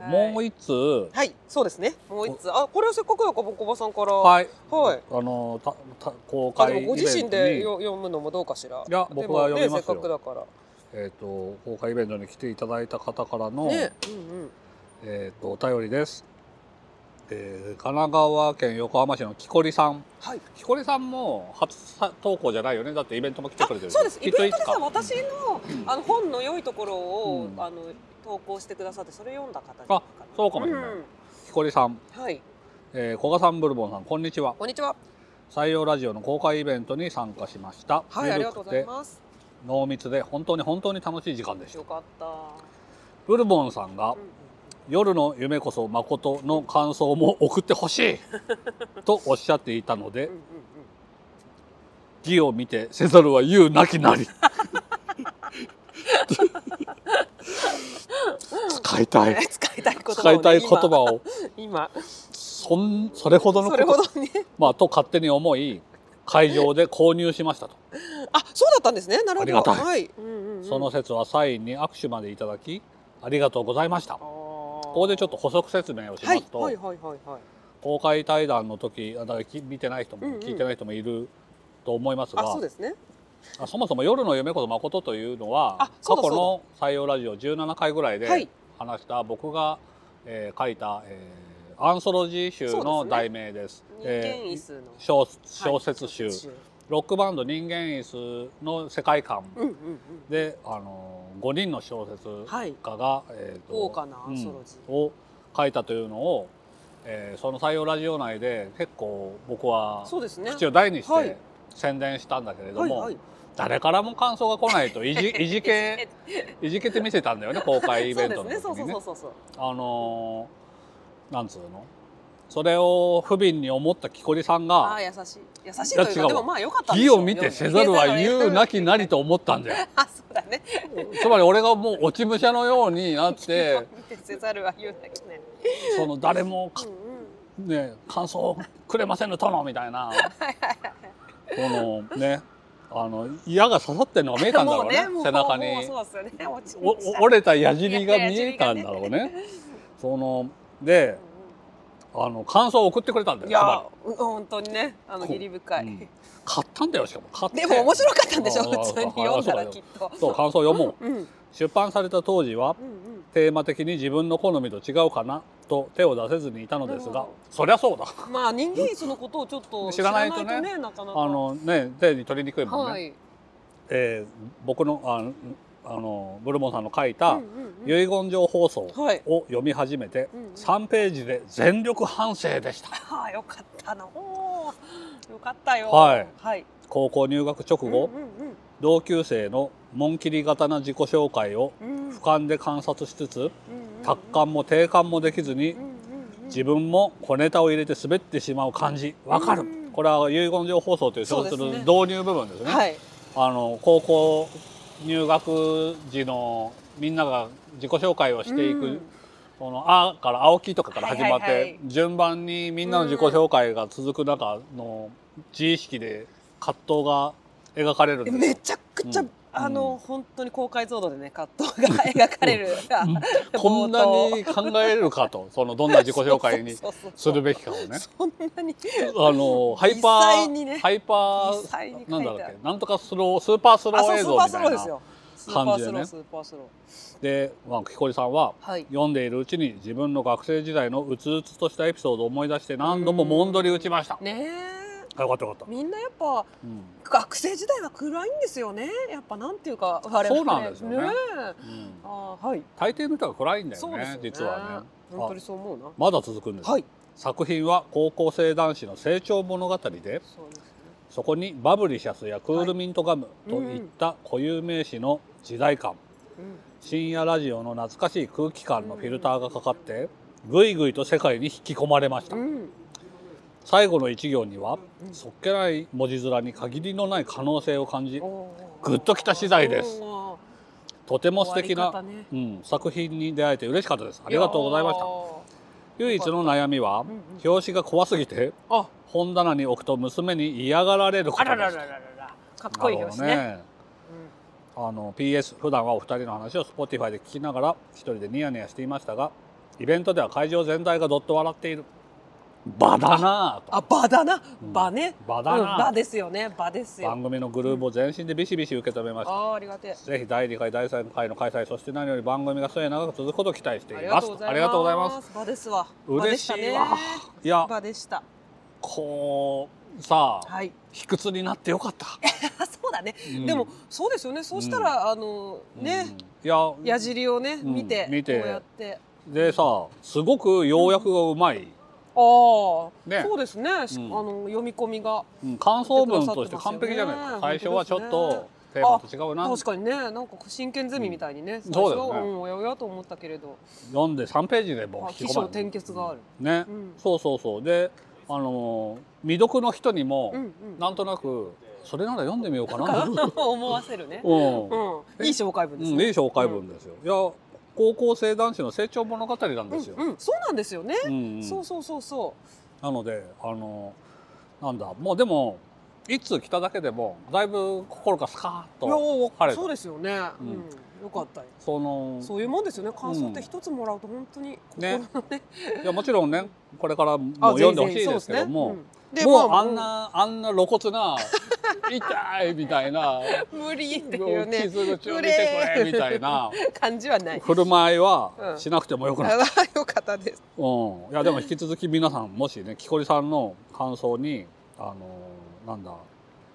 もう一つ。
はいそうですねもう一つあこれはせっかくだからボンコバさんから
はい。
はい
あのたた公
あ
開イ
で
ベン
も
ト
ご
に
自身でよ読むのもどうかしら
いや
でも
僕は読みますよ
ね、せっかくだから
えっ、と公開イベントに来ていただいた方からの、
ね、うんうん、
えっ、とお便りです。えー、神奈川県横浜市のきこりさん。
はい
きこりさんも初さ投稿じゃないよね。だってイベントも来て
あ
くれてる。
そうです
き
イベ
っ
ント
とい
で
つ
さ
か。
私のあの本の良いところを、
うん
あの投稿してくださってそれ読んだ方じゃない
あ
かな
そうかもしれない。
うん
ひこりさん、
はい
えー、小賀さんブルボンさんこんにちは
こんにちは
採用ラジオの公開イベントに参加しました、
はいありがとうござい
緩く
ます
て濃密で本当に本当に楽しい時間でした
よかった、う
ブルボンさんが
んうん
夜の夢こそ誠の感想も送ってほし いとおっしゃっていたので
うんうん
義を見てせざるは言うなき なり使いた
うん
い
使いたい言葉をね、
使いたい言葉を
今今
そんそれほどの
そ
こ
れ
と
ほどね
まあと勝手に思い会場で購入しましたと
あそうだったんですねなるほど
ありがたい
はいうんうんうん、
その説はサインに握手までいただきありがとうございました。こ
こ
こでちょっ
と
と補足説明をしま
はい
すと、
はいはいはいはい
公開対談の時あだからき見てない人も
うんうん
聞いてない人もいると思いますが、
あそうですね
あそもそも「夜の夢こそ誠」というのは
あそう
過
だ
去の採用ラジオ17回ぐらい
はい
で話した僕が、えー書いた、えーアンソロジー集
そうです
の
ね
題名です。
二軒椅子の、
えー小小説
は
集、
い小説
ロックバンド「人間椅子」の世界観
うんうんうん
で、あの5人の小説
はい
家が、えーと
豪華なアンソロジー
うんを書いたというのを、えーその採用ラジオ内で結構僕は
そうですね
口を大にし
は
て
い
宣伝したんだけれど
はい
も、
はい
誰からも感想が来 ないといじいじけいじけて見せたんだよね公開イベントの時にね。
そうですねそうそうそうそう
あのーなんつうのそれを不憫に思った木こりさん
ああ
が
優しい優しいという
いや違うわ
かでもまあ良か
「
ったんで
義
しょう
を見てせざるは言うなきなり」と思ったんだよ。
あそうだね
つまり俺がもう落ち武者のようになって
見てせざるは言うなきね
その誰もか
うんうん
ね感想をくれませんの殿みたいなこのねあの矢が刺さってるのが見えたんだろうね
もう
背中
もう
に
そうですよね落ち
お
ました
お折れた矢尻が見えたんだろうね。そのであの感想を送ってくれたんだよ
い
つ
や
ま
うん本当にねあの
こう
義理深い、
うんり買ったんだよしかも買って
でも面白かったんでしょ
あー
普通に
あ
読
ー
ん
そ
だら
うだよ
きっと
そう感想を読もう
うんうん
出版された当時は
うん
テーマ的に自分の好みと違うかなと手を出せずにいたのです
なる
が
ほ
そりゃそうだ
まあ人間椅子のことをちょっと
知らないとね
知らなかなか
あのね手に取りにくいもんね、
はい、
えー僕のあんあのブルボンさんの書いうた
んうんうん
遺言状放送
はい
を読み始めて
うんうん
3ページで全力反省で した
ああよかったなおーよかったよ
はい
はい
高校入学直後
うんうん
同級生の紋切り型な自己紹介を
うんうん
俯瞰で観察しつつ
うんうん
達観も定観もできずに
うんうんうん
自分も小ネタを入れて滑ってしまう感じわかる
うん
これは遺言状放送という小説
そ
の
うですね
導入部分ですね
はい
あの高校入学時のみんなが自己紹介をしてい
うん
くその「あ」から「青木」とかから始まって、
はいはいはい
順番にみんなの自己紹介が続く中の自意識で葛藤が描かれるんですよ
めちゃくちゃ、
うん
あの、本当に高解像度でね葛藤が描かれる、
こんなに考えるかとそのどんな自己紹介に
そうそうそう
するべきかをね
そんなに
あのハイパ
実際に
ー、
ね
ハイパ
実際に書い
ーな
てあ
ん
る
だっけなんとかスロースーパースロ
あそ
ー
う
映
ス
像
ー
み
パ
たいな
ースローですよスーパ
感
ー
じ
ス
で
ロー、
ね
スーパースロ
で、まあ、木こりさんは
ーはい
読んでいるうちに自分の学生時代のうつうつとしたエピソードを思い出して何度ももんどり打ちました。
ねえ
あよかったよかった。
みんなやっぱ
うん
学生時代は暗いんですよねやっぱなんていうか我々
そうなんですよね
え
うん
あーはい
大抵の人が暗いんだよ
そうです
ね
よね
実はね。
本当にそう思うな
まだ続くんです、
はい
作品は高校生男子の成長物語で
そうですね
そこにバブリシャスやクールミントガムといった固有名詞の時代感、
うん
深夜ラジオの懐かしい空気感のフィルターがかかってぐいぐいと世界に引き込まれました、
うん
最後の一行には
うん
そっけない文字面に限りのない可能性を感じ
おー
グッときた次第です
おー
とても素敵
終わ
な、
り方ね
うん、作品に出会えて嬉しかったですありがとうございました唯一の悩みは
んうん
表紙が怖すぎて
たあ
本棚に置くと娘に嫌がられるこ
あ
と
ら
で
らら
す
らららかっこいい表紙ね
あの PS 普段はお二人の話を Spotify で聞きながら一人でニヤニヤしていましたがイベントでは会場全体がどっと笑っている場だなぁと
あ場だな
うん
場ね
場だ
うん
な
場
ぁと
ですよね場ですよ
番組のグルーブを全身でビシビシ受け止めました
あーありがてえ
ぜひ第2回第3回の開催そして何より番組が末永く続くことを期待してい
ありが
ま
と
す
うございます
ありがとうございます
場ですわ場で
嬉
した
し
ね
いわいや
場でした
こうさあ
はい
卑屈になってよかった
あそうだね、
うん
でもそうですよねそうしたら、あのね、
うんいや
矢尻をね
うん
見て,、
見て
こうやって
でさすごく要約がうまい、
ああ、
ね
そうですね、し
うん
あの読み込みが
うん感想文として完璧じゃないですか
や
最
っ
初
てくだ
はち
さってますね
ょっとテーマと違うな
確かにねなんか真剣ゼミみたいにね、最
そう
初
だよね
はうんおやおやと思ったけれど
読んで3ページでもう
あ
引き込
起
ま
承
れる
転結がある、
ね、
うん
そうそうそうであのー未読の人にも、
うんうん
なんとなくそれなら読んでみようかな
思わせるね、
うん、うん
うん、いい紹介文です
いい
ね、
紹介文ですよ、いや高校生男子の成長物語なんですよ、
うんうん、そうなんですよね、
うんうん
そうそうそうそ
なのであのなんだもうでもいつ来ただけでもだいぶ心がスカーッ
ういや
と
お
晴れた
そうですよね、うん
ん
よかったよ
その
そういうもんですよね感想って一つもらうと本当に心の
ねいやもちろんねこれからもう
あ
読んでほ
全
しい
然
ですけども、
そうですねうんで
もう
ま
あんなあんな露骨な 痛いみたいな
無理っていうね
傷口を見てくれみたいな
感じはない。
振る舞い
う
は
ん
しなくてもよくな
あ
る、
よかったです。
うんいやでも引き続き皆さんもしね木こりさんの感想にあのなんだ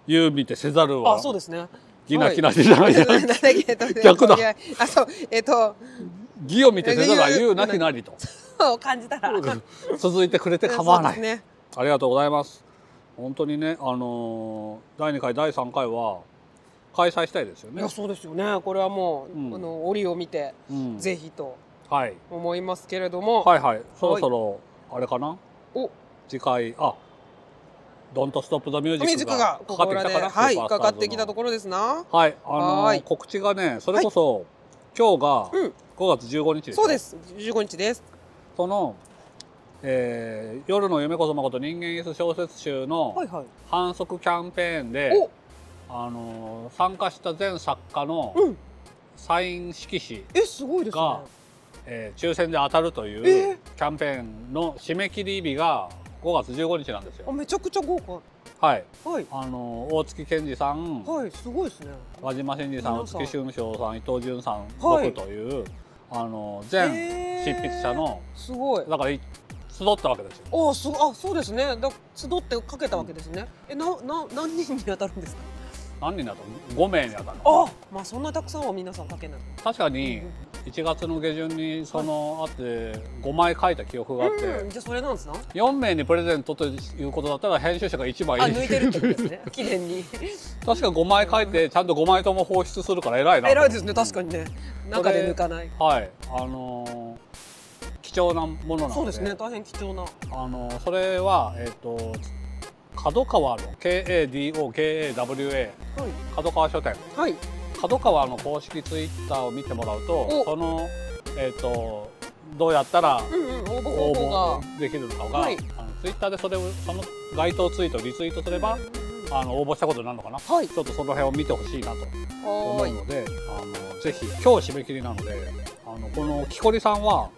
言う見てせざるは
あ、そうですね。
ギナギナでじゃない
なんだっけえっと
逆だ。
あ、そう、えっと、
義を見てせざら言うなきなり と
感じたら。
続いてくれて構わない、
そうですね。
ありがとうございます本当にねあのー第2回第3回は開催したいですよ
い
ね
や、、そうですよね。これはもう、
うん
あの折を見て、
うん
ぜひと
はい、
思いますけれども。
はいはいそろそろあれかな
お、
次回あドントストップザミュ
ミュ
ー
ー
ジ
ジ
ッ
ッ
ク
ク
が
が
か
こ
かっ
こ
てき
ら
た
で、
かな
はい、
スー
か
パース
か
ターズの
ってきたところですな。
はいあの
は
ー
い
告知がねそれこそ、今日が
うん
5月15日です、
そうです。十五日です。
その、えー夜の夢こそまこと人間 S 小説集の
いはい。
反則キャンペーンで、
お、
あのー参加した全作家の
うん。
サイン色紙、
え、すごいですね。
がえー抽選で当たるとい
え
うキャンペーンの締め切り日が5月15日なんです
あ、
よ。
めちゃくちゃ豪華。
はい、
はい。
あのー大月健二さん、
はい、すごいですね。
和島真二さん、
皆
大
さん
月俊章さん、伊藤潤さん、
は
僕
い
というあのー全
へー
執筆者の
すごい。
だからい集ったわけですよ。
ああ、そう、あ、そうですね。だ、集ってかけたわけですね。え、な、な、何人に当たるんですか。
何人だと5名に当たるの。
あ、まあ、そんなたくさんは皆さんかけない。
確かに1月の下旬にその、あって5枚書いた記憶があって。
うん、じゃ、それなんですな。
4名にプレゼントということだったら編集者が1枚
あ、抜いてるってことですね。記念に。
確か5枚書いてちゃんと5枚とも放出するから偉いな
偉いですね。確かにね。中で抜かない。
はいあのー貴重なものなので
そうですね。大変貴重な。
あのーそれはえっ、と角川の KADOKAWA
はい。
角川書店
はい。
角川の公式ツイッターを見てもらう
お
とそのえっ、とどうやったら
うんうん応募
応
方法が
募できるのかが、
はい
あのツイッターでそれをその該当ツイートリツイートすればあの応募したことになるのかな、
はい
ちょっとその辺を見てほしいなと思
は
う
ーい
のであのぜひ今日締め切りなのであのこの木こりさんは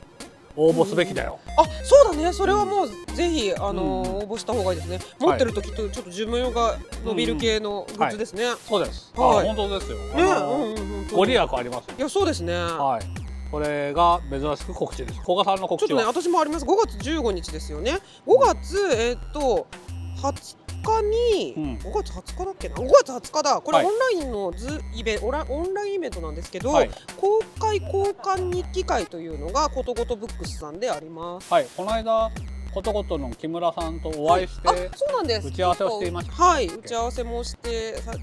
応募すべきだよ、
あそうだねそれはもうぜひあのー
う
応募した方がいいですね
はい
持ってるときっとちょっと寿命が伸びる系のグッズですねね
そうです、
はい
あ本当ですよ、
う
あの
んうんうん
ご利益ありますよ
いやそうですねち
はいこれが珍しく告知です古賀さんの告
ょっ
知
とね
は
私もあります5月15日ですよね5月えーっと20日
う
に
ん
5月20日だっけな5月20日だこれオ
はい
ンラインのズイベオラオンラインイベントなんですけど
はい
公開交換日記会というのがことごとブックスさんであります
はいこの間ことことの木村さんとお会いして、
あそうなんです
打ち合わせをしていました
はい打ち合わせもしてさい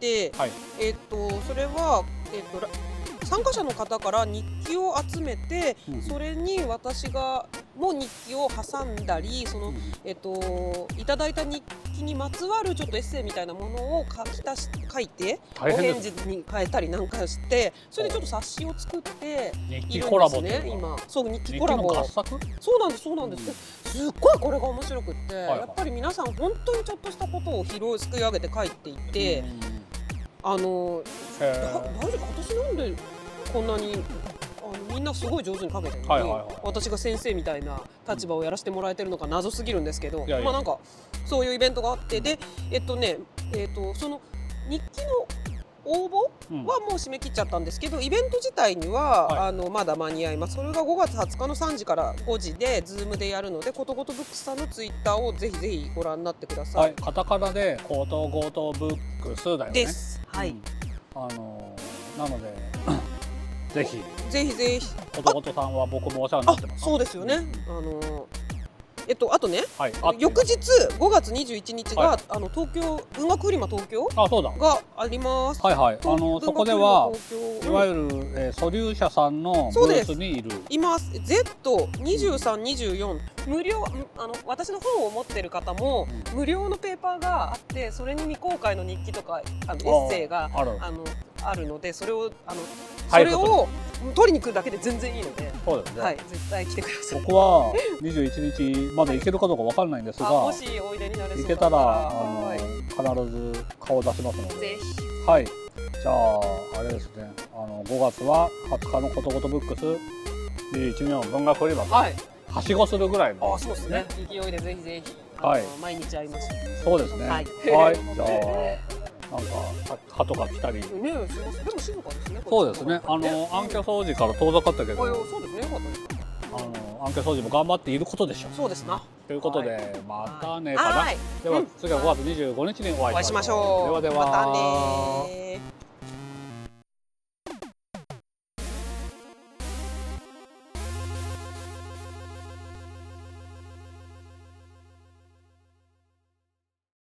て
はい
えっとそれはえっとら参加者の方から日記を集めて
うん
それに私がも日記を挟んだりその
うん
えっといただいた日記にまつわるちょっとエッセイみたいなものを書き足し書いてお
大変
返
です
事に変えたりなんかしてそれでちょっと冊子を作って
日
い
記
るん
コラ
で
ボ
す
ってい
ね
うのは
今そう日
日
記
記
コラボ
の合作
そうなんですそうなんです、すっごいこれが面白くって、
はい
やっぱり皆さん本当にちょっとしたことを拾いすくい上げて書いていて、
うん
あの
へ
だ
ー
大丈夫私なんでこんなにあのみんなすごい上手に書けてるのに、
はいはいはい
私が先生みたいな立場をやらせてもらえてるのか謎すぎるんですけど
いやいや
まあなんかそういうイベントがあってでえっとねえっとその日記の応募
うん
はもう締め切っちゃったんですけどイベント自体には、
は
あのまだ間に合いますそれが5月20日の3時から5時で Zoom でやるのでことごとブックスさんのツイッターをぜひぜひご覧になってください。
はい、カタカナで「高等強盗ブックス」だよね。
です、は
う
い
ん、あのーなので ぜひ
ぜひぜひ
弟さんは僕もお世話にな
あ
ってます。
そうですよねあのえっとあとね
はい、あ
翌日5月21日が、
は
あの東京文学フリマ東京
あそうだ。は
があります。
いはい。あの
東
そこでは
文学フ
い
リマ東京
わゆる、えー、素粒社さんのブ
そうで
ー
す
スにいる。
います。Z 二十三二十四無料んあの私の本を持ってる方も
う
無料のペーパーがあってそれに未公開の日記とかあのエッセイが
ある。
あのあるのでそれをあのそ
はい
れを取りに来るだけで全然いいので、
そうですね。
はい絶対来てください。
僕は21日まで行けるかどうかわかんないんですが、
あもしおいでになれそう
行
だ
け
った
た
ら
らあの
はい
必ず顔を出しますので。
ぜひ。
はい。じゃあ、あれですね。あの、5月は20日のことごとブックス、21年の文学フリマと、
はい。
はしごするぐらいの。
あ、そうですね。勢いでぜひぜひ。あの
はい
毎日会いましょ
そうですね。
は
はいい。じゃあ、なんか、は鳩が来たり。
う。ね、すごいでも静かですね。
そうですね。あ
こっち方
の、
が
暗渠掃除から遠ざかったけ
うんあいや
ど、
そうですね。よかったです
あの、暗渠掃除も頑張っていることでしょう。
そうですな。
ということ
は
で、またねかな。
はい。
では
うん、
次は5月25日にお
お
会
会
い
い
し
し
ま
ま
し
し
ょう。
ょう。
ではでは。
またねー。